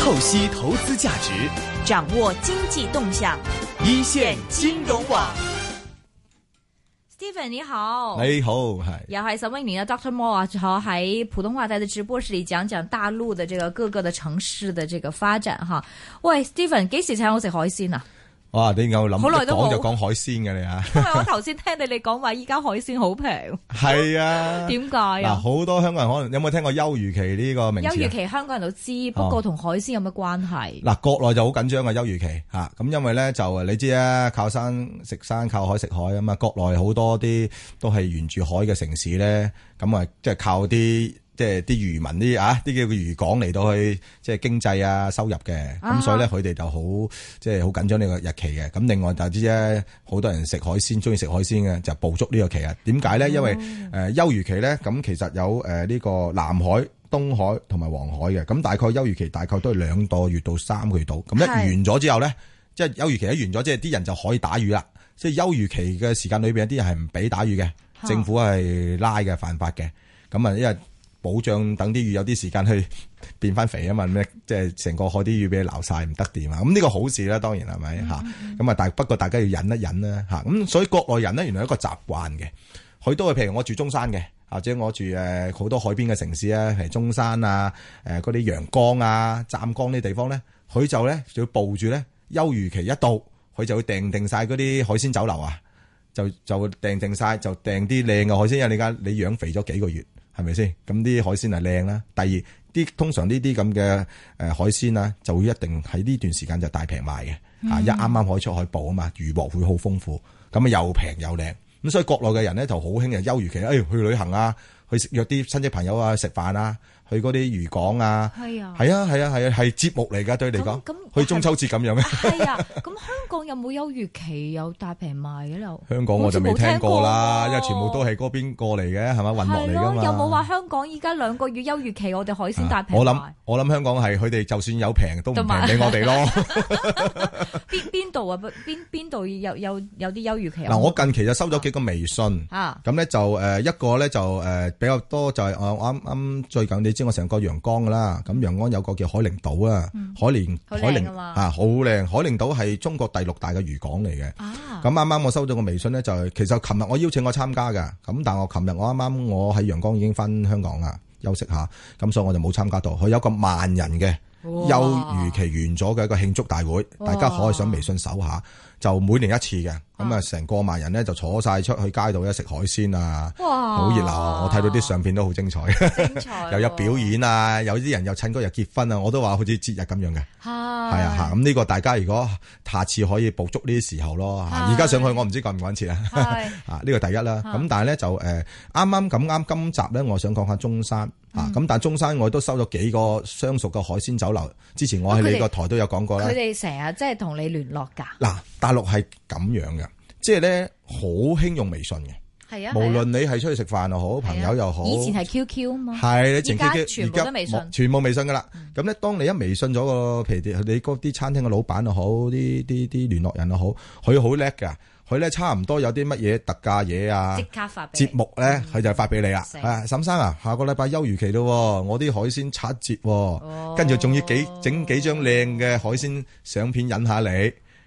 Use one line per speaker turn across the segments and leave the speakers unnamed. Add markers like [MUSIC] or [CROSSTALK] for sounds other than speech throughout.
透析投资价值，
掌握经济动向，
一线金融网。
Steven 你好，
你好，系
也还是 w i n 的 Doctor Mo 啊，好，还普通话在的直播室里讲讲大陆的这个各个的城市的这个发展哈。喂，Steven 几時請我食海鮮
[LAUGHS]
啊？
哇！你有諗
好耐
一
都
講就
冇
講海鮮嘅你啊，
因為我頭先聽到你講話，依家海鮮
[LAUGHS]
好平，
係啊。
點解
嗱，
啊？
好多香港人可能有冇聽過休漁期呢個名
休
詞
漁
啊？
期香港人都知，不過同海鮮有咩關係？
嗱，國內就好緊張嘅啊休漁期嚇，咁因為咧就你知啊，靠山食山，靠海食海咁啊。國內好多啲都係沿住海嘅城市咧，咁啊，即係靠啲即係啲漁民啲啊，啲叫漁港嚟到去即係經濟啊收入嘅，
啊哈
咁所以咧佢哋就好即係好緊張呢個日期嘅。咁另外就知咧，好多人食海鮮，中意食海鮮嘅就捕捉呢個期啊。點解咧？因為誒休漁期咧，咁其實有誒呢個南海。東海同埋黃海嘅，咁大概休漁期大概都係兩個月到三個月到，咁一
係
完咗之後咧，即係休漁期一完咗，即係啲人就可以打魚啦。即係休漁期嘅時間裏邊，有啲人係唔俾打魚嘅，
嚇
政府係拉嘅，犯法嘅。咁啊，因為保障等啲魚有啲時間去 [LAUGHS] 變翻肥啊嘛，咩即係成個海啲魚俾你撈晒唔得掂啊！咁呢個好事啦，當然係咪嚇？咁啊，但不過大家要忍一忍啦嚇。咁所以國內人咧，原來有一個習慣嘅，佢都係譬如我住中山嘅。或者我住誒好多海邊嘅城市啊，譬如中山啊、誒嗰啲陽江啊、湛江呢啲地方咧，佢就咧就要報住咧休漁期一到，佢就會訂定晒嗰啲海鮮酒樓啊，就就訂定晒，就訂啲靚嘅海鮮，因為你而家你養肥咗幾個月，係咪先？咁啲海鮮係靚啦。第二啲通常呢啲咁嘅誒海鮮啊，就會一定喺呢段時間就大平賣嘅，
嗯
啊、一啱啱海出海捕啊嘛，魚獲會好豐富，咁啊又平又靚。咁所以國內嘅人咧就好興嘅休漁期，誒、去旅行啊，去食約啲親戚朋友啊食飯啊，去嗰啲漁港啊，
係啊
係啊係啊係啊係節目嚟㗎，對你嚟講
咁咁，
去中秋節咁樣嘅。
係啊，咁香港有冇休漁期有大平啊賣嘅咧？
[LAUGHS] 香港我就未聽過啦，
好似冇聽過喎
因為全部都係嗰邊過嚟嘅，係咪運落
係
嚟
咯
㗎，嘛？
有冇話香港依家兩個月休漁期，我哋海鮮大平
啊我諗
賣？
我諗香港係佢哋就算有平都唔
都
平
買
俾
[LAUGHS]
我哋咯。
邊邊度啊？邊邊度有有有啲休漁期啊？
嗱，我近期就收咗幾個微信。
啊，
咁咧就誒一個咧就誒比較多就係我啱啱最近你知我成個陽江噶啦，咁陽江有個叫海陵島啊，海陵
嗯好靚
海陵
㗎嘛
啊好靚，海陵島係中國第六大嘅漁港嚟嘅。
啊，
咁啱啱我收到個微信咧，就係其實琴日我邀請我參加㗎，咁但我琴日我啱啱我喺陽江已經翻香港啦，休息下，咁所以我就冇參加到。佢有個萬人嘅
哇
休漁期完咗嘅一個慶祝大會，
哇
大家可以上微信搜下，就每年一次嘅，咁啊成個萬人咧就坐晒出去街度咧食海鮮啊，
哇，
好熱鬧啊！我睇到啲相片都好精彩，
精彩
[LAUGHS]
喎，
又有表演啊，有啲人又趁嗰日結婚啊，我都話好似節日咁樣嘅。
係，
系啊，吓
係
咁呢個大家如果下次可以捕捉呢啲時候咯，嚇
係
而家上去我唔知趕唔趕切
[LAUGHS]
啊，
係
啊呢個第一啦。
嚇
咁但係咧就誒啱啱咁啱今集咧，我想講下中山
嗯
啊。咁但係中山我都收咗幾個相熟嘅海鮮酒樓，之前我
啊咁佢
喺
哋
你個台都有講過啦
佢。哋成日即係同你聯絡㗎，
嗱，大陸係咁樣嘅，即係咧好興用微信嘅，
係啊，
無論
係啊
你係出去食飯又好，朋友又好，
以前係 QQ 啊嘛，
係你靜
而家
機機，
全部都微信嗯
冇全部微信噶啦。咁咧，當你一微信咗個，譬如你嗰啲餐廳嘅老闆又好，啲啲啲聯絡人又好，佢好叻噶。佢咧差唔多有啲乜嘢特價嘢啊
即，刻發俾嗯
節
你。
目咧佢就發俾你啦。
成
啊，沈生啊，下個禮拜休漁期咯喎，我啲海鮮七折
哦
喎，跟住仲要幾整幾張靚嘅海鮮相片引下你。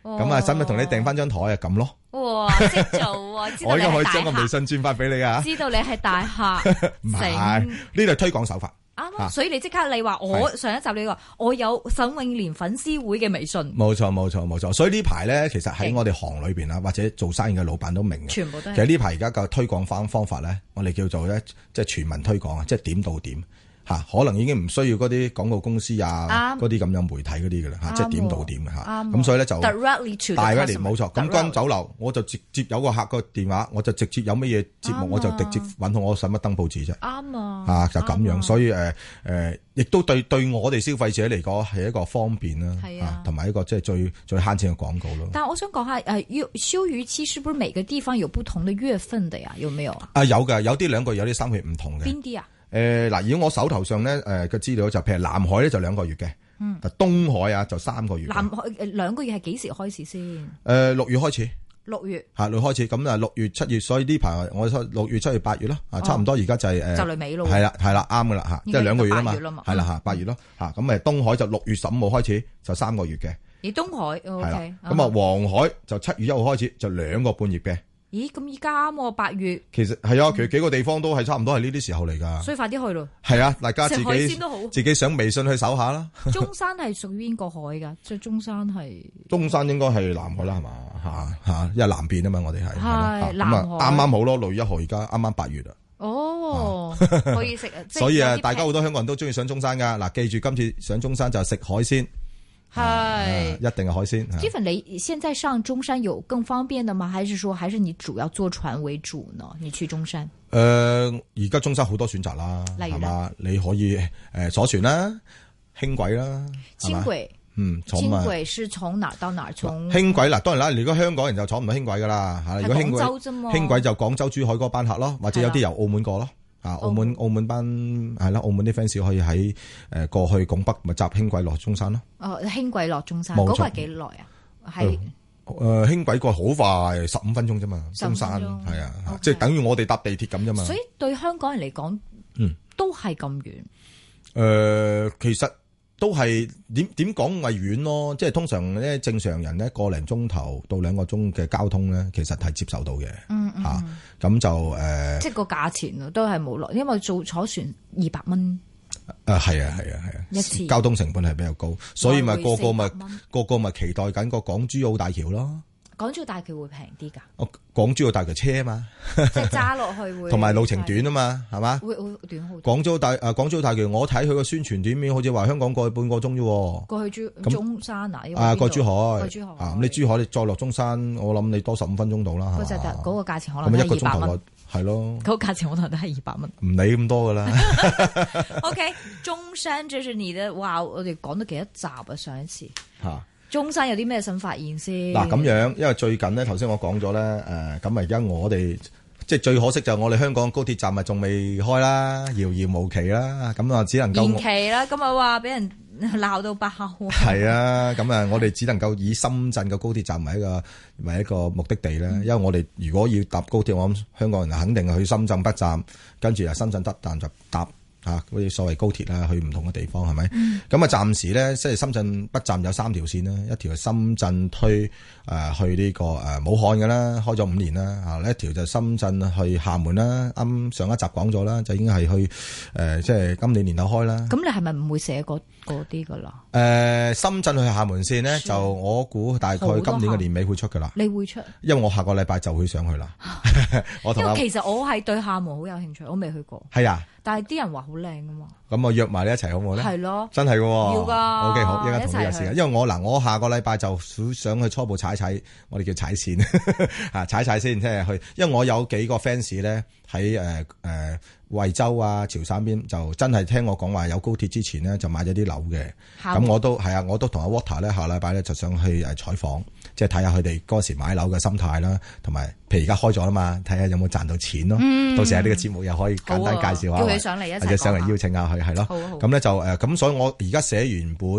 咁啊，
哦
使唔使同你訂翻張台啊？咁咯，
哇，識做喎，知
[LAUGHS]
道
我而
你
家可以
係
將個
大
微
客，
信轉發俾你啊！
[LAUGHS] 知道你係大客，
唔係，
醒
呢度係推廣手法。
啱啊！
嚇
所以你即刻你話我上一集你話我有沈永年粉絲會嘅微信，
冇錯冇錯冇錯，所以呢排咧，其實
係
喺我哋行裏邊啊，或者做生意嘅老闆都明嘅。
全部都
其實
係
呢排而家嘅推廣方方法咧，我哋叫做咧，即係全民推廣啊，即係點到點嚇，可能已經唔需要嗰啲廣告公司啊，
啱
嗰啲咁樣媒體嗰啲嘅啦嚇，即
啱
係點到
喎
點嘅嚇。
啱喎
咁所以咧就
directly to the
大一年
customer，
冇錯。咁
directly
間酒樓我就直接有個客個電話，我就直接有乜嘢節
啱啊
目我就直接揾到我使乜登報紙啫。
啱啊，
啊，就咁
啱啊
樣，所以誒誒，亦都對對我哋消費者嚟講係一個方便啦
係啊，
同埋一個即係最最慳錢嘅廣告咯。
但我想讲下，呃，休休渔期是不是每个地方有不同的月份的呀？有没有啊？
啊，有嘅，有啲兩個月，有啲三個月唔同嘅。
邊啲啊？
誒嗱，以我手頭上咧誒嘅資料就譬如南海咧就兩個月嘅，嗯，東海啊就三個月嘅。
南海呃兩個月係幾時開始先？
誒六月開始，
六月
下六開始，咁啊六月七月，所以呢排我六月七月八月啦，啊
哦
差唔多而家就係
就
誒
嚟尾咯喎，
係啦係啦啱噶啦嚇，即係兩個月啊
應該到八月啦嘛
嘛，係啦嚇八月咯嚇，咁誒東海就六月十五號開始就三個月嘅，
而東海哦
係啦
，OK，，
咁啊黃海就七月一號開始就兩個半月嘅，
咦，咁依家啱喎，八月，
其實係啊，其實幾個地方都係差唔多係呢啲時候嚟㗎，
嗯所以快啲去咯，
係啊，大啊家自
食海鮮
己 [LAUGHS]
都好。
自己上微信去搜下啦，
中山係屬於邊個海噶？即係中山係
中山應該係南海啦係嘛嚇嚇，因為南邊啊嘛我哋係係啦嚇
嗯係
咁啊
南海
啱啱好咯，六月一號而家啱啱八月啊。
哦， [LAUGHS] 可以食啊，即係
所以啊
有，啲
大家好
平
多香港人都中意上中山噶。嗱，記住今次上中山就係食海鮮，啊
係。
一定係海鮮。啊
Stephen，你現在上中山有更方便的嗎？還是說，還是你主要坐船為主呢？你去中山，
誒，而家中山好多選擇啦，
例如
係嘛？你可以誒坐船啦，輕軌啦，係
輕
嘛？
軌，
嗯，坐
輕
嘛。啊
軌是從哪到哪？從
輕軌嗱，當然啦，如果香港人就坐唔到輕軌噶啦嚇。
係
如果輕軌
廣州啫嘛，
輕軌就廣州、珠海嗰班客咯，或者有啲由澳門過咯。啊，澳門澳門班係啦，澳門啲 fans 可以喺誒過去拱北咪搭輕軌落中山咯。
哦，輕軌落中山
冇
嗰
錯
個係幾耐啊？係
誒輕軌過好快，十五分鐘啫嘛，
15
中山
分鐘
係啊
OK，
即係等於我哋搭地鐵嗯咁啫嘛。
所以對香港人嚟講，
嗯，
都係咁遠。
誒，其實都係點點講咪遠咯，即係通常咧正常人咧個零鐘頭到兩個鐘嘅交通咧，其實係接受到嘅
嗯嗯，
嚇。咁就誒
即係個價錢啊，都係冇落，因為做坐船二百蚊
誒係啊係啊係啊
一次，
交通成本係比較高，所以咪
來回
個個咪
400蚊
個個咪期待緊個港珠澳大橋咯。
港珠澳大橋會平啲㗎，
[LAUGHS] 哦港珠澳大橋車啊嘛，
即係揸落去會
同埋路程，短啊嘛，係嘛？
會會短好多。
廣州大啊誒廣州大橋，我睇佢個宣傳短片，好似話香港過去半個鐘啫喎。
過去珠
咁
中山啊，因為
啊，
邊度
過珠海，
過珠海
啊，咁你珠海你再落中山，我諗你多十五分鐘到啦，
嗰
係
隻
嘛
特嗰個價錢可能
啊咁一個
都係二
鐘
百
頭
蚊
內，係咯，
嗰個價錢可能都係二百蚊。 [LAUGHS]
唔理咁多噶啦。
OK，中山即係你嘅哇！我哋講咗幾多集啊？上一次
嚇
中山有啲咩新發現先？
嗱咁樣，因為最近呢，頭先我講咗咧，誒咁啊，而家我哋即係最可惜就係我哋香港高鐵站咪仲未開啦，遙遙無期啦，咁啊只能
延
夠
期啦，今日話俾人鬧
[LAUGHS]
到爆啊。 [LAUGHS]
係啊，咁啊，我哋只能夠以深圳嘅高鐵站為一個為一個目的地咧，因為我哋如果要搭高鐵，我諗香港人肯定係去深圳北站，跟住啊深圳北站就搭啊嗰啲所謂高鐵啦，去唔同嘅地方係咪？咁啊，暫時咧，即係深圳北站有三條線啦，一條係深圳推誒、呃去呢、個誒、呃武漢嘅啦，開咗五年啦，啊一條就深圳去廈門啦，啱上一集講咗啦，就已經係去誒、呃即係今年年頭開啦。
咁你係咪唔會寫嗰嗰啲噶啦？
誒、呃深圳去廈門線呢，
是
就我估大概今年嘅年尾會出噶啦，
你會出？
因為我下個禮拜就會上去啦。 [LAUGHS] 我同
因
阿
為其實我係對廈門好有興趣，我未去過，
係啊，
但係啲人話好靚啊嘛，
咁我約埋你一齊好唔好咧？
係咯，
真係嘅喎，
要㗎
O K，好，一陣間同你
一齊
約
去
時間，因為我嗱，我下個禮拜就想去初步踩踩，我哋叫踩線 [LAUGHS] 啊，踩踩先，即係去，因為我有幾個 fans 咧喺誒誒惠州啊、潮汕邊，就真係聽我講話有高鐵之前咧就買咗啲樓嘅。
廈
咁
門
我都係啊，我都同阿 Water 咧下禮拜咧就想去誒採訪，即係睇下佢哋嗰時買樓嘅心態啦，同埋譬如而家開咗啦嘛，睇下有冇賺到錢咯。到時喺呢個節目又可以簡
嗯好啊
單介紹
叫佢
下，
上嚟一
或
齊
者上
講
嚟
下
邀請下佢係
好
咯。
啊好啊
咁咧就誒咁，所以我而家寫完本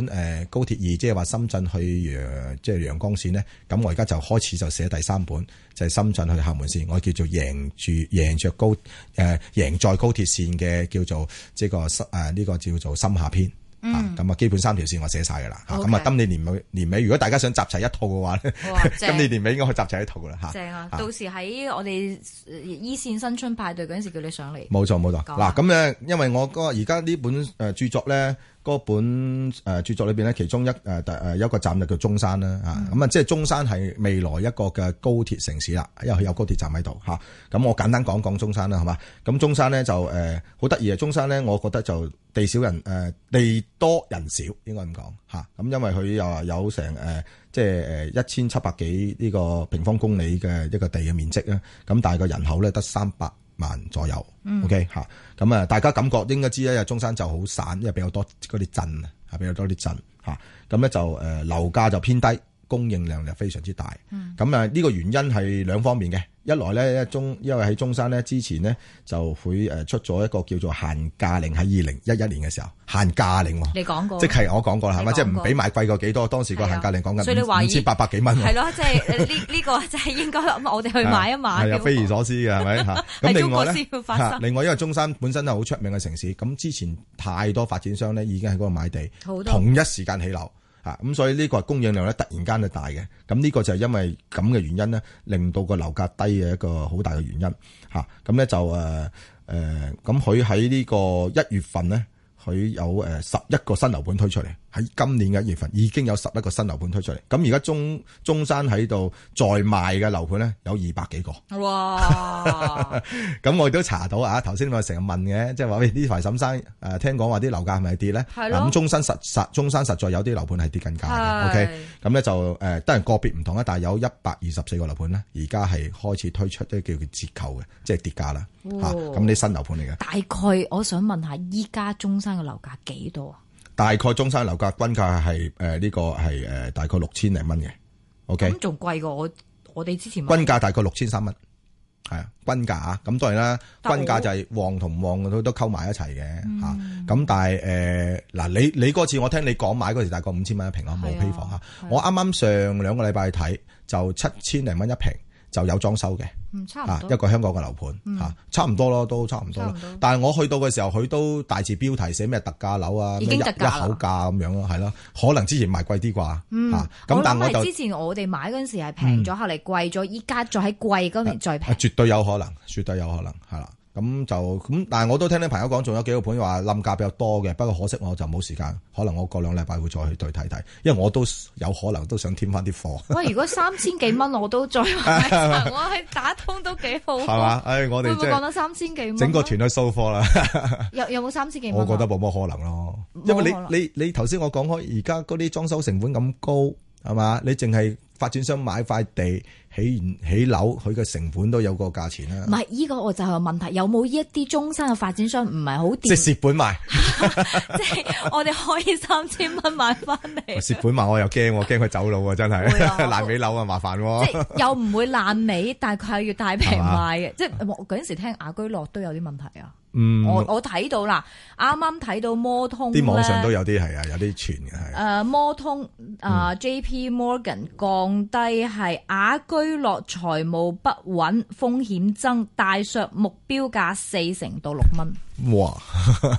誒高鐵二，即係話深圳去誒即係陽江線咧。咁我而家就開始就寫第三本，就係深圳去廈門線，我叫做贏住贏着高誒贏在高鐵線嘅叫做即係個誒呢個叫做深下篇。啊，咁啊，基本三條線我寫晒噶啦，嚇
嗯 OK
咁啊，今年年尾年尾，如果大家想集齊一套嘅話咧，
哇
[LAUGHS] 今年年尾應該可以集齊一套噶啦嚇。
正啊！
啊
到時喺我哋呃依線新春派對嗰陣時，叫你上嚟。
冇錯冇錯，
講啊
嗱咁咧，因為我嗰個而家呢本誒著作咧，嗰本誒著作裏邊咧，其中一誒誒有一個站就叫中山啦啊，咁啊即係中山係未來一個嘅高鐵城市啦，因為佢有高鐵站喺度嚇。咁我簡單講講中山啦，係嘛？咁中山咧就誒好得意啊！中山咧，我覺得就地少人誒地多人少，應該咁講嚇。咁因為佢又話有成誒即係誒一千七百幾呢個平方公里嘅一個地嘅面積啦，咁但係個人口咧得三百。萬左右、o
嗯
k 嚇，咁啊，大家感覺應該知咧，因為中山就好散，因為比較多嗰啲鎮啊，比較多啲鎮嚇，咁咧就誒、呃、樓價就偏低，供應量就非常之大。
嗯
咁啊呢個原因係兩方面嘅，一來咧中因為喺中山咧之前呢，就會誒出咗一個叫做限價令喺二零一一年嘅時候限價令喎。
你講過
即。係我講過啦，係
哦你
咪？
講
即係唔
過
俾買貴過幾多？當時個限價令講
係啊所以你懷
緊
疑
五千八百幾蚊喎，
係咯，即係呃呢呢個就係應該我哋去買一買
係啊，
嘅
匪夷所思嘅係咪嚇？咁
[LAUGHS] 係
另
中
外
國
咧
先會發生
嚇另外因為中山本身係好出名嘅城市，咁之前太多發展商咧已經喺嗰度買地，
好多
同一時間起樓。啊，咁所以呢個係供應量咧突然間就大嘅，咁呢個就係因為咁嘅原因咧，令到個樓價低嘅一個好大嘅原因嚇。咁、咧就誒誒，呃咁佢喺呢個一月份咧，佢有誒十一個新樓盤推出嚟，喺今年嘅一月份已經有十一個新樓盤推出嚟。咁而家中中山喺度再賣嘅樓盤咧有二百幾個。 [LAUGHS] 啊
哇！
咁我亦都查到啊，頭先我成日問嘅，即係話喂呢排沈生誒聽講話啲樓價係咪跌咧？
係咯
咁中山實實中山實在有啲樓盤係跌緊價嘅
係
，OK。咁咧就誒，當然個別唔同啊啦，但係有一百二十四個樓盤咧，而家係開始推出啲叫做折扣嘅，即係跌價啦嚇。
哦
咁你新樓盤嚟嘅，
大概我想問下，依家中山嘅樓價幾多啊？
大概中山樓價均價係誒呢個係誒大概六千零蚊嘅，OK
咁。仲貴過我我哋之前買
均價大概六千三蚊，係啊，均價啊，咁當然啦，
但
均價
我
就係旺同唔旺都都溝埋一齊嘅
嗯
嚇。咁、但係誒嗱，你你嗰次我聽你講買嗰時大概五千蚊一平啊，冇
係啊
批房嚇
係啊。
我啱啱上兩個禮拜去睇就七千零蚊一平就有裝修嘅。
嗯差
啊
唔，
一
多。嗯
個香港嘅樓盤嚇，差唔多咯，都差唔多咯
差唔多。
但係我去到嘅時候，佢都大字標題寫咩特價樓啊，
已
咩
經
一一
特價啦嗯
口價咁樣咯，係咯。可能之前賣貴啲啩嚇，咁
我
但
諗
我
係
就嗯
之前我哋買嗰陣時係平咗，後嚟貴咗，依家再喺貴嗰年再
啊， [LAUGHS]
平。
絕對有可能，絕對有可能，係啦。咁就咁，但係我都聽啲朋友講，仲有幾個盤話冧價比較多嘅，不過可惜我就冇時間，可能我過兩禮拜會再去對睇睇，因為我都有可能都想添翻啲貨，
喂，如果三千幾蚊我都再買
[LAUGHS]
一層，我係打通都幾好。
係嘛？唉，我
會
哋
唔
即
會講
係
到三千幾蚊啊？
整個團去掃貨啦，
有有冇三千幾蚊
我
啊？
覺得冇乜可能咯，
冇
因為
可能
你你你頭先我講開，而家嗰啲裝修成本咁高，係嘛？你淨係發展商買塊地起完起樓，佢嘅成本都有個價錢
唔
啦，
係，依個我就係有問題，有冇一啲中山嘅發展商唔係好掂？
即係蝕本賣。
即係我哋可以三千蚊買翻
[LAUGHS]
嚟，
蚀本嘛，我又驚，我驚佢走佬啊，真係
會啊
[LAUGHS] 爛尾樓啊，麻煩
即
喎。
係又唔會爛尾，但係佢係要大平
係嘛
賣嘅。即係我嗰陣時聽雅居樂都有啲問題啊！
嗯，
我我睇到啦，啱啱睇到摩通
啲網上
咧
都有啲係啊，有啲傳嘅係。
誒摩通
嗯
啊 J.P. Morgan 降低係雅居樂財務不穩風險增，大削目標價四成到六蚊，
哇，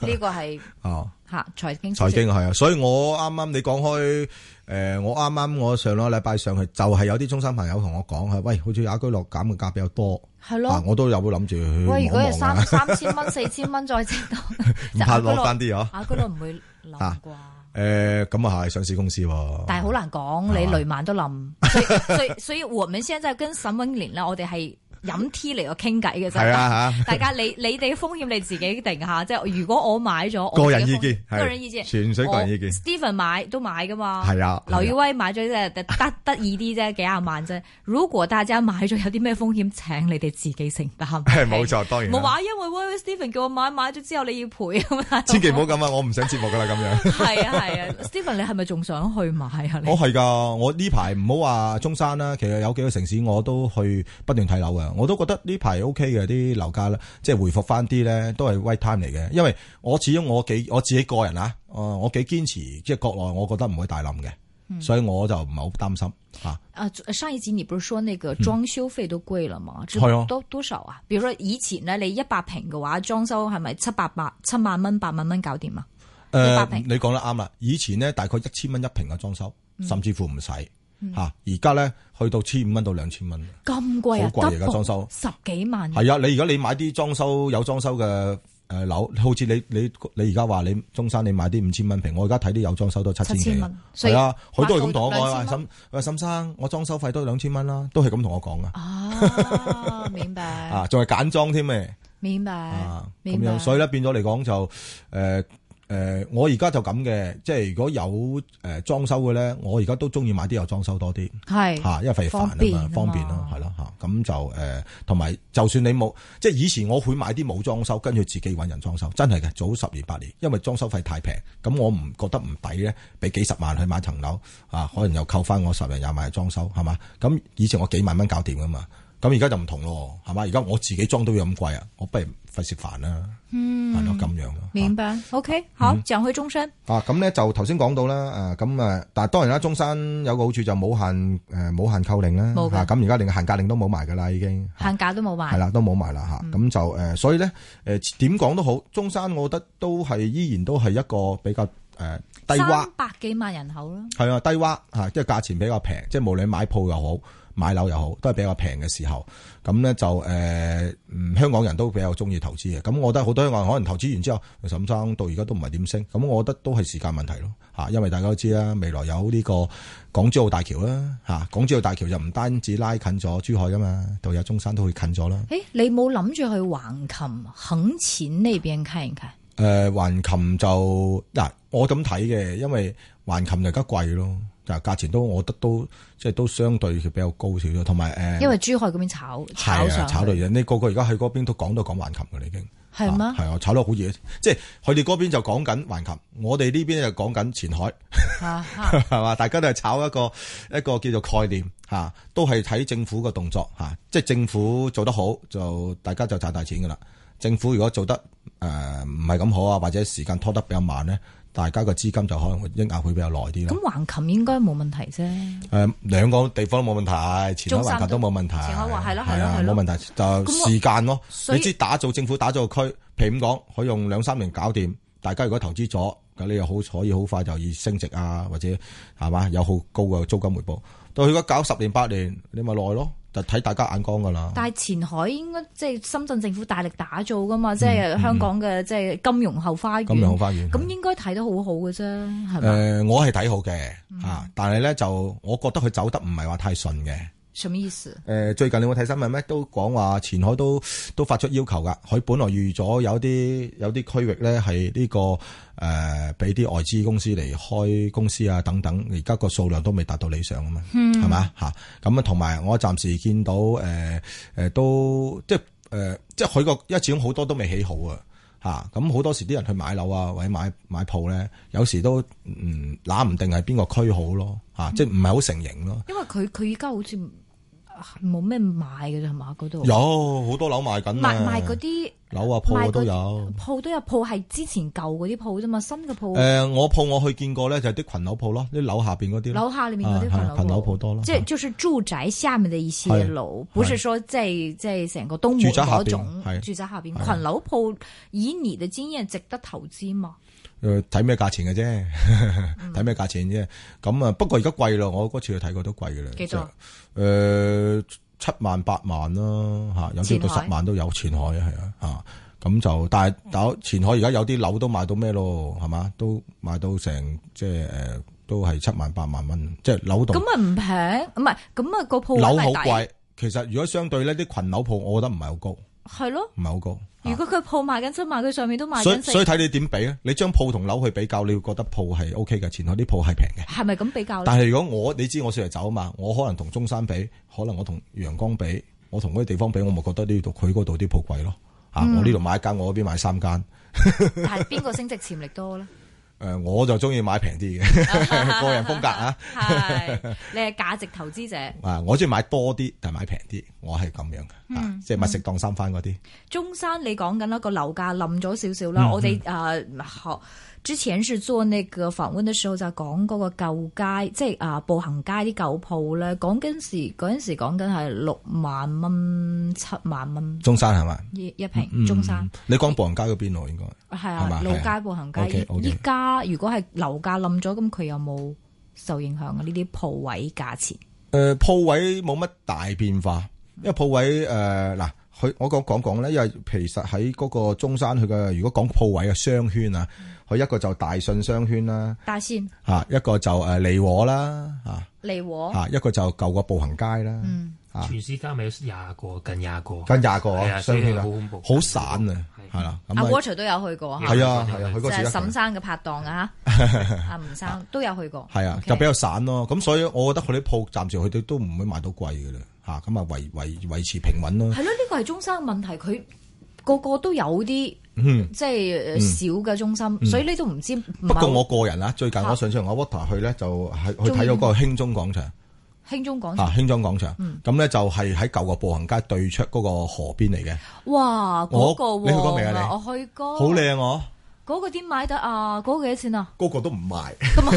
呢個係
哦，
嚇財經消
財
息
經係啊，所以我啱啱你講開诶，誒我啱啱我上兩個禮拜上去，就係有啲中山朋友同我講係，喂，好似雅居樂減嘅價比較多，
係
啊
咯，。
我都有諗住去望
喂，
一
如果係
望
三
啊，
三千蚊、四千蚊再整
[LAUGHS]
到，
唔
就
怕
雅居
落
樂
單啲啊。
雅居樂唔會冧啩，
诶，咁啊係上市公司喎，
但係好難講，
係
你
嘛
雷曼都冧，所以所以所以我們現在跟沈永年咧，我哋係飲 tea 嚟個傾偈嘅啫。
係啊吓，
[LAUGHS] 大家你你哋嘅風險你自己定下，即係如果我買咗，我
個人
自己
意
風險
見，係
個人意見，
純粹個人意見，
Steven 買都買噶嘛，
係啊，
劉
係
耀
啊
威買咗只得得意啲啫，幾廿萬啫。如果大家買咗有啲咩風險，請你哋自己承擔。
[LAUGHS] 係啊冇錯，當然
冇
啦。
話，因為喂喂 Stephen 叫我買，買咗之後你要賠 [LAUGHS] 咁嘛。
千祈唔好咁啊！我唔想節目噶啦咁樣。
係啊係啊，Stephen 你係咪仲想去買啊？你
我哦係㗎，我呢排唔好話中山啦，其實有幾個城市我都去不斷睇樓嘅，我都覺得呢排 O K 嘅啲樓價啦，即係回復翻啲咧，都係 wait time 嚟嘅。因為我始終我幾我自己個人啊，誒我幾堅持，即係國內我覺得唔會大冧嘅，所以我就唔係好擔心嚇。
啊，上一集你不是說那個裝修費都貴了嘛？這
嗯係啊
多多少啊？比如說以前咧，你一百平嘅話，裝修係咪七百八七萬蚊、八萬蚊搞掂啊？一百
誒，
平
你講得啱啦。以前呢，大概一千蚊一平嘅裝修，甚至乎唔使嚇，而家咧去到千五蚊到兩千蚊。
咁貴啊，
好貴而家
double，
裝修
十幾萬。
係啊，你而家你買啲裝修有裝修嘅誒樓，好似你你你而家話你中山你買啲五千蚊平，我而家睇啲有裝修都七千
七千
幾
蚊，所以
係啊，佢都係咁同我
百到
講，
兩
喂
千蚊
沈喂沈生，我裝修費都兩千蚊啦，都係咁同我講噶， [LAUGHS]
啊，明白，
啊，仲係簡裝添咩
明白
啊，咁
明白。
樣，所以咧變咗嚟講就誒。誒、誒，我而家就咁嘅，即係如果有誒裝修嘅咧，我而家都中意買啲有裝修多啲。
係
嚇，因為費事煩
方
啊
便啊
嘛
嘛，
方便咯，係咯嚇，咁就誒，同埋就算你冇，即係以前我會買啲冇裝修，跟住自己揾人裝修，真係嘅，早十年八年，因為裝修費太平，咁我唔覺得唔抵咧，俾幾十萬去買層樓啊，可能又扣翻我十零廿萬去裝修，係嘛？咁以前我幾萬蚊搞掂噶嘛，咁而家就唔同咯，係嘛？而家我自己裝都要咁貴啊，我不如費事煩啦，係咯咁樣咯。嚇
明白。OK，好，
嗯
講回中山。
啊，咁咧就頭先講到啦，誒咁誒，但係當然啦，中山有個好處就冇限誒冇限購令啦，
冇㗎
嚇咁而家連限價令都冇埋㗎啦，已經
限價都冇
係
買，
啦，都冇埋啦
嗯
嚇，咁就誒，所以咧誒點講都好，中山我覺得都係依然都係一個比較誒低洼
三百幾萬人口咯，
係啊，低洼嚇，即係價錢比較平，即係無論買鋪又好，買樓又好，都係比較平嘅時候。咁咧就誒、呃嗯，香港人都比較中意投資嘅。咁我覺得好多香港人可能投資完之後，沈生到而家都唔係點升。咁我覺得都係時間問題咯嚇，因為大家都知啦，未來有呢個港珠澳大橋啦嚇，港珠澳大橋就唔單止拉近咗珠海噶嘛，到有中山都會近咗啦。
誒，你冇諗住去橫琴、肯錢呢邊看一看？
誒、呃橫琴就嗱、我咁睇嘅，因為橫琴就而家貴咯，就價錢都我覺得都即係都相對比較高少少，同埋誒，
因為珠海嗰邊炒炒
係啊，
上
炒到
去，
而家你個個而家去嗰邊都講都講橫琴嘅啦已經，
係
啊
嗎？
係啊，炒得好熱，即係佢哋嗰邊就講緊橫琴，我哋呢邊就講緊前海。
啊哈
係嘛？大家都係炒一個一個叫做概念嚇、啊都係睇政府嘅動作嚇、啊即係政府做得好就大家就賺大錢噶啦。政府如果做得誒唔係咁好啊，或者時間拖得比較慢咧，大家嘅資金就可能會抑壓會比較耐啲
咁
咯。
橫琴應該冇問題啫。
誒、兩個地方都冇問題，前海
中山
環球都冇問題，
前海環係咯係咯
係啊
係
冇
咯
問題，就
咁我
時間咯。
所以
你知打造政府打造個區，譬如咁講，佢用兩三年搞掂，大家如果投資咗，咁你又好可以好快就以升值啊，或者係嘛有好高嘅租金回報。到佢如果搞十年八年，你咪耐咯，就睇大家眼光噶啦。
但係前海應該即係深圳政府大力打造噶嘛，即係香港嘅即係金融後花園。
嗯金融後花園嗯
咁應該睇得好好嘅啫，
誒、
係咪？
我係睇好嘅啊，但係咧就我覺得佢走得唔係話太順嘅。
什麼意思？
誒、呃最近你有冇睇新聞咩？都講話前海都都發出要求噶，佢本來預咗有啲有啲區域咧係呢個誒俾啲外資公司嚟開公司啊等等，而家個數量都未達到理想啊嘛，係嘛嚇？咁啊，同埋我暫時見到誒誒、呃都即係誒、呃即係佢個，因為始終好多都未起好啊。嚇，咁好多時啲人去買樓啊，或者買買鋪咧，有時都嗯揦唔定係邊個區好咯嚇，即係唔係好成型咯。
因為佢佢而家好似冇咩賣嘅啫，係嘛？嗰度
有啊好多樓賣緊啊
哦賣賣嗰啲哦
樓啊
賣
鋪
嗰
都有。
鋪都有鋪係之前舊嗰啲鋪啫嘛，新嘅鋪
誒、我鋪我去見過咧，就係啲群樓鋪咯，啲樓下邊嗰啲咯，
樓下裏面嗰
啊係
啲
群
群
樓
樓
鋪多咯啊
即係就是住宅下面的一些
係
樓，不是說即係即係成個東
住
門
宅下邊
嗰種
係
住宅下邊
係
群樓鋪，以你的經驗值得投資嘛？
誒睇咩價錢嘅啫，
嗯
[LAUGHS] 睇咩價錢啫。咁啊，不過而家貴咯，我嗰次去睇過都貴嘅啦。
幾多
即係？誒七萬八萬啦，嚇，有啲
前
到
海嗯
十萬都有，前海係啊，嚇。咁就，但係但前海而家有啲樓都賣到咩咯，係嘛？都賣到成即係誒、都係七萬八萬蚊，即係樓度
咁啊唔平，唔係咁啊個鋪位
樓
咪
好
抵
貴。其實如果相對呢啲群樓鋪，我覺得唔係好高，唔
係咯。
係好高。嚇
如果佢鋪賣緊七萬，佢上面都賣
所以
緊
啊所以
四，
睇你點比咧？你將鋪同樓去比較，你會覺得鋪係 O K 嘅，前海啲鋪係平嘅。
係咪咁比較咧？
但係如果我你知我四圍走啊嘛，我可能同中山比，可能我同陽江比，我同嗰啲地方比，我咪覺得呢度佢嗰度啲鋪貴咯。啊，
嗯
我呢度買一間，我嗰邊買三間。
但係邊個升值潛力
[LAUGHS]
多咧？
誒、呃我就中意買平啲
[LAUGHS]
嘅個人風格啊。
係你係價值投資者。
啊，我中意買多啲，但係買平啲，我係咁樣嘅，啊，
嗯
即係物食當三番嗰啲。
中山你講緊啦，個樓價冧咗少少
嗯
啦。我哋誒學之前是做呢個訪問嘅時候就講嗰個舊街，即係啊步行街啲舊鋪咧，講緊時嗰陣時講緊係六萬蚊、七萬蚊
中山係嘛？
一一平。中山
嗯你講步行街嗰邊喎，應該
係
係
啊
嘛，
老
係啊
街步行街
OK，OK。
依家如果係樓價冧咗，咁佢有冇受影響啊？呢啲鋪位價錢
誒、呃鋪位冇乜大變化，因為鋪位誒呃嗱，佢、我講講講咧，因為其實喺嗰個中山佢嘅，如果講鋪位嘅商圈啊，佢一個就大信商圈啦，
大仙
嚇一個就誒利和啦，嚇
利和
嚇一個就舊個步行街啦，
嗯
啊
全市加咪有廿個，近廿個，
跟廿個
係啊，所
商
以
圈
好
啊，
恐怖，
好散啊，
係
系啦，
阿
咁
Water 都有去過嚇，
係啊係啊，佢
就
嗰時
係
一
沈
齊
生嘅拍檔啊，
[LAUGHS]
阿吳生都有去過。
係啊，
OK
就比較散咯。咁所以我覺得佢啲鋪暫時佢哋都唔會賣到貴嘅啦，吓咁啊維維維持平穩咯。
係咯，呢個係中心問題，佢個個都有啲
嗯
即係少嘅中心，所以呢都唔知。唔
不
係
過
好
我個人啊，最近
嚇
我上次同阿 Water 去咧，就係去
中
睇咗
意哦
嗰個興中廣場。
輕中廣場
啊，興莊廣場，
嗯
咁咧、就係喺舊個步行街對出嗰個河邊嚟嘅，
哇，嗰
我
個
你去過未啊
喎，
你
我去過，
好靚哦！
嗰個點買得啊？嗰個幾多錢啊？
嗰個都唔賣， [LAUGHS]
咁啊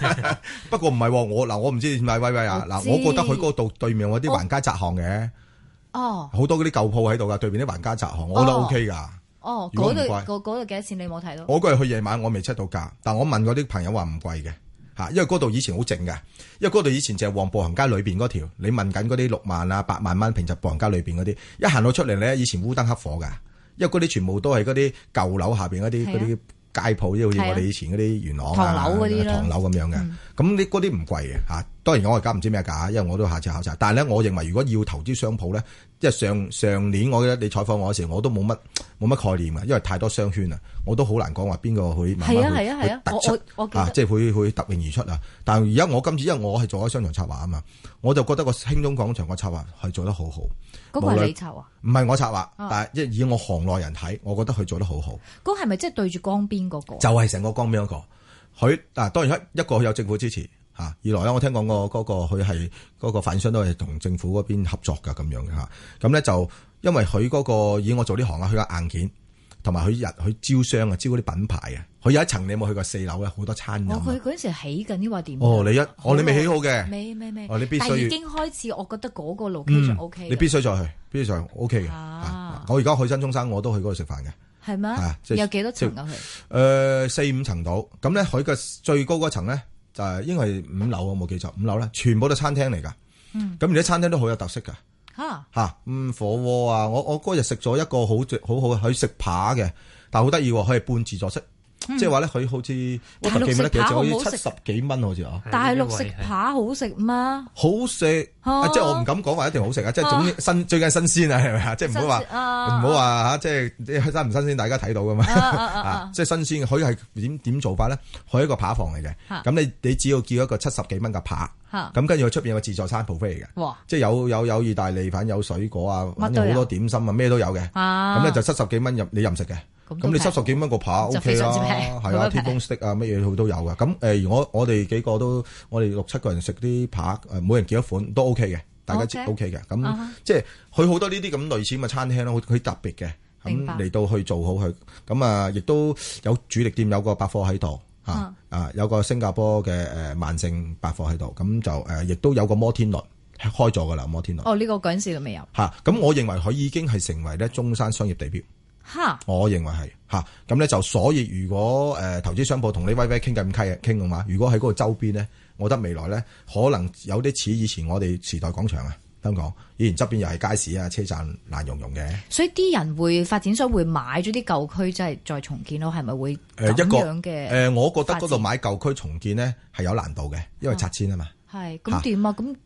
係
不過唔係喎，我嗱我唔知點解威威啊，
我
嗱
知
我覺得佢嗰度對面有啲橫街窄巷嘅，
哦
好多嗰啲舊鋪喺度噶，對面啲橫街窄巷，我覺得
哦
OK 噶。
哦，
如果
嗰
唔
度
貴
嗰嗰度幾多錢？你冇睇到？
我嗰日去夜晚我未 check 到價，但我問嗰啲朋友話唔貴嘅嚇，因為嗰度以前好靜嘅，因為嗰度以前就係旺步行街裏邊嗰條，你問緊嗰啲六萬啊八萬蚊平日步行街裏邊嗰啲，一行到出嚟咧，以前烏燈黑火㗎，因為嗰啲全部都係嗰啲舊樓下邊嗰啲
係啊
嗰啲。街鋪即係好似
係啊
我哋以前嗰啲元朗啊
唐樓嗰啲啦嗯
唐樓咁樣嘅，咁呢嗰啲唔貴嘅嚇。當然我而家唔知咩價，因為我都下次考察。但係咧，我認為如果要投資商鋪咧，即係上上年我記得你採訪我嗰時，我都冇乜冇乜概念啊，因為太多商圈啊，我都好難講話邊個會慢
係啊
慢
係啊
會
係啊
會，突
我
出
我我記
啊
得，
即係會會突穎而出啊。但係而家我今次因為我係做咗商場策劃啊嘛，我就覺得個興中廣場個策劃係做得好好，
嗰個
無論
係你籌啊？
唔係我策劃，但係即係以我行內人睇，我覺得佢做得好好。
嗰個係咪即係對住江邊嗰個？
就係成個江邊嗰個。佢嗱、當然一一個佢有政府支持嚇，二來咧我聽講過嗰個佢係嗰個反商都係同政府嗰邊合作㗎咁樣嘅嚇。咁咧就因為佢嗰、個以我做呢行啊，佢嘅硬件同埋佢日佢招商啊，招嗰啲品牌啊，佢有一層你有冇去過四樓啊，好多餐飲
我
啊
哦佢嗰陣時起緊呢話點？啊
哦，你一哦你未起好
好
嘅，
未未未，
哦你必須嗯
但已經開始，我覺得嗰個 location O K
你必須再去，必須再去 OK 嘅。
啊
啊我而家去新中山，我都去嗰度食飯嘅。
係咩
啊？即係
有幾多層啊？佢
誒、呃四五層度，咁咧佢嘅最高嗰層咧就係應該係五樓，我冇記錯，五樓咧全部都餐廳嚟㗎。
嗯
咁而啲餐廳都好有特色㗎，
嚇
嚇、嗯火鍋啊，我我嗰日食咗一個好最好好，佢食扒嘅，但係好得意喎，佢係半自助式，即係話咧佢好似我
嗯大陸
唔記得幾
食扒
隻，好
好唔好
似
食
七十幾蚊好似啊，
大陸食扒好食
[LAUGHS]
嗎？
好食，
啊
啊即係我唔敢講話一定好食啊，即係總之新最緊新鮮啊，係咪啊？即係唔好話
哦新鮮啊
唔好話嚇，即係即係新唔新鮮，大家睇到㗎嘛。
啊啊啊
啊
啊！，
即係新鮮嘅，佢係點點做法咧？佢係一個扒房嚟嘅，
嚇啊
咁你你只要叫一個七十幾蚊嘅扒，
嚇
咁跟住佢出邊有個自助餐 buffet 嚟嘅，
哇
即係有有有意大利粉、有水果啊，
乜
反
都
正
有
好多點心啊，咩都有嘅。
啊！
咁咧就七十幾蚊任你任食嘅，
咁都
咁你
平
七十幾蚊個扒
就
OK
非
啦
常之平，
係
好
啊，
平
天公 stick 啊，乜嘢佢都有嘅。咁誒，我我哋幾個都我哋六七個人食啲扒，誒每人幾多款都 OK 嘅，大家知
OK
OK 嘅。咁
啊哈
即係佢好多呢啲咁類似咁嘅餐廳咯，佢特別嘅，
明白
咁嚟到去做好佢，咁啊亦都有主力店有個百貨喺度。
啊
啊啊！有個新加坡嘅誒萬盛百貨喺度，咁就誒亦都有個摩天輪開咗噶啦，摩天輪
哦，呢個嗰陣時都未有
嚇。咁我認為佢已經係成為咧中山商業地標。
嚇。
我認為係嚇，咁咧就所以如果誒、呃投資商鋪同你威威傾咁傾傾嘅話，如果喺嗰個周邊咧，我覺得未來咧可能有啲似以前我哋時代廣場啊，香港以前側邊又係街市啊、車站爛融融嘅，誒、
所以啲人會發展商會買咗啲舊區，即係再重建咯，係咪會
一
咁
個
樣嘅？
誒、我覺得嗰度買舊區重建咧係有難度嘅，因
嗯
為拆遷啊嘛。
係
嚇
咁點啊？咁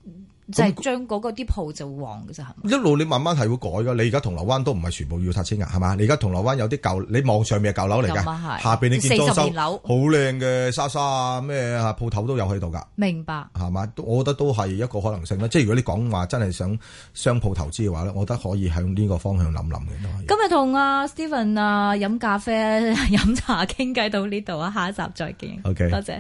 就係將嗰個啲鋪就黃嘅啫，係咪？
一路你慢慢係會改噶，你而家銅鑼灣都唔係全部要拆遷噶，係嘛？你而家銅鑼灣有啲舊，你望上面係舊樓嚟
咁啊
㗎，
係
下邊你見裝
40
修
年樓
好靚嘅莎莎啊咩啊鋪頭都有喺度㗎。
明白。
係嘛？都我覺得都係一個可能性啦。即係如果你講話真係想商鋪投資嘅話咧，我覺得可以向呢個方向諗諗嘅都係。
今日同阿 [LAUGHS] Steven 啊飲咖啡、飲茶傾偈到呢度啊，下一集再見。
OK
多謝。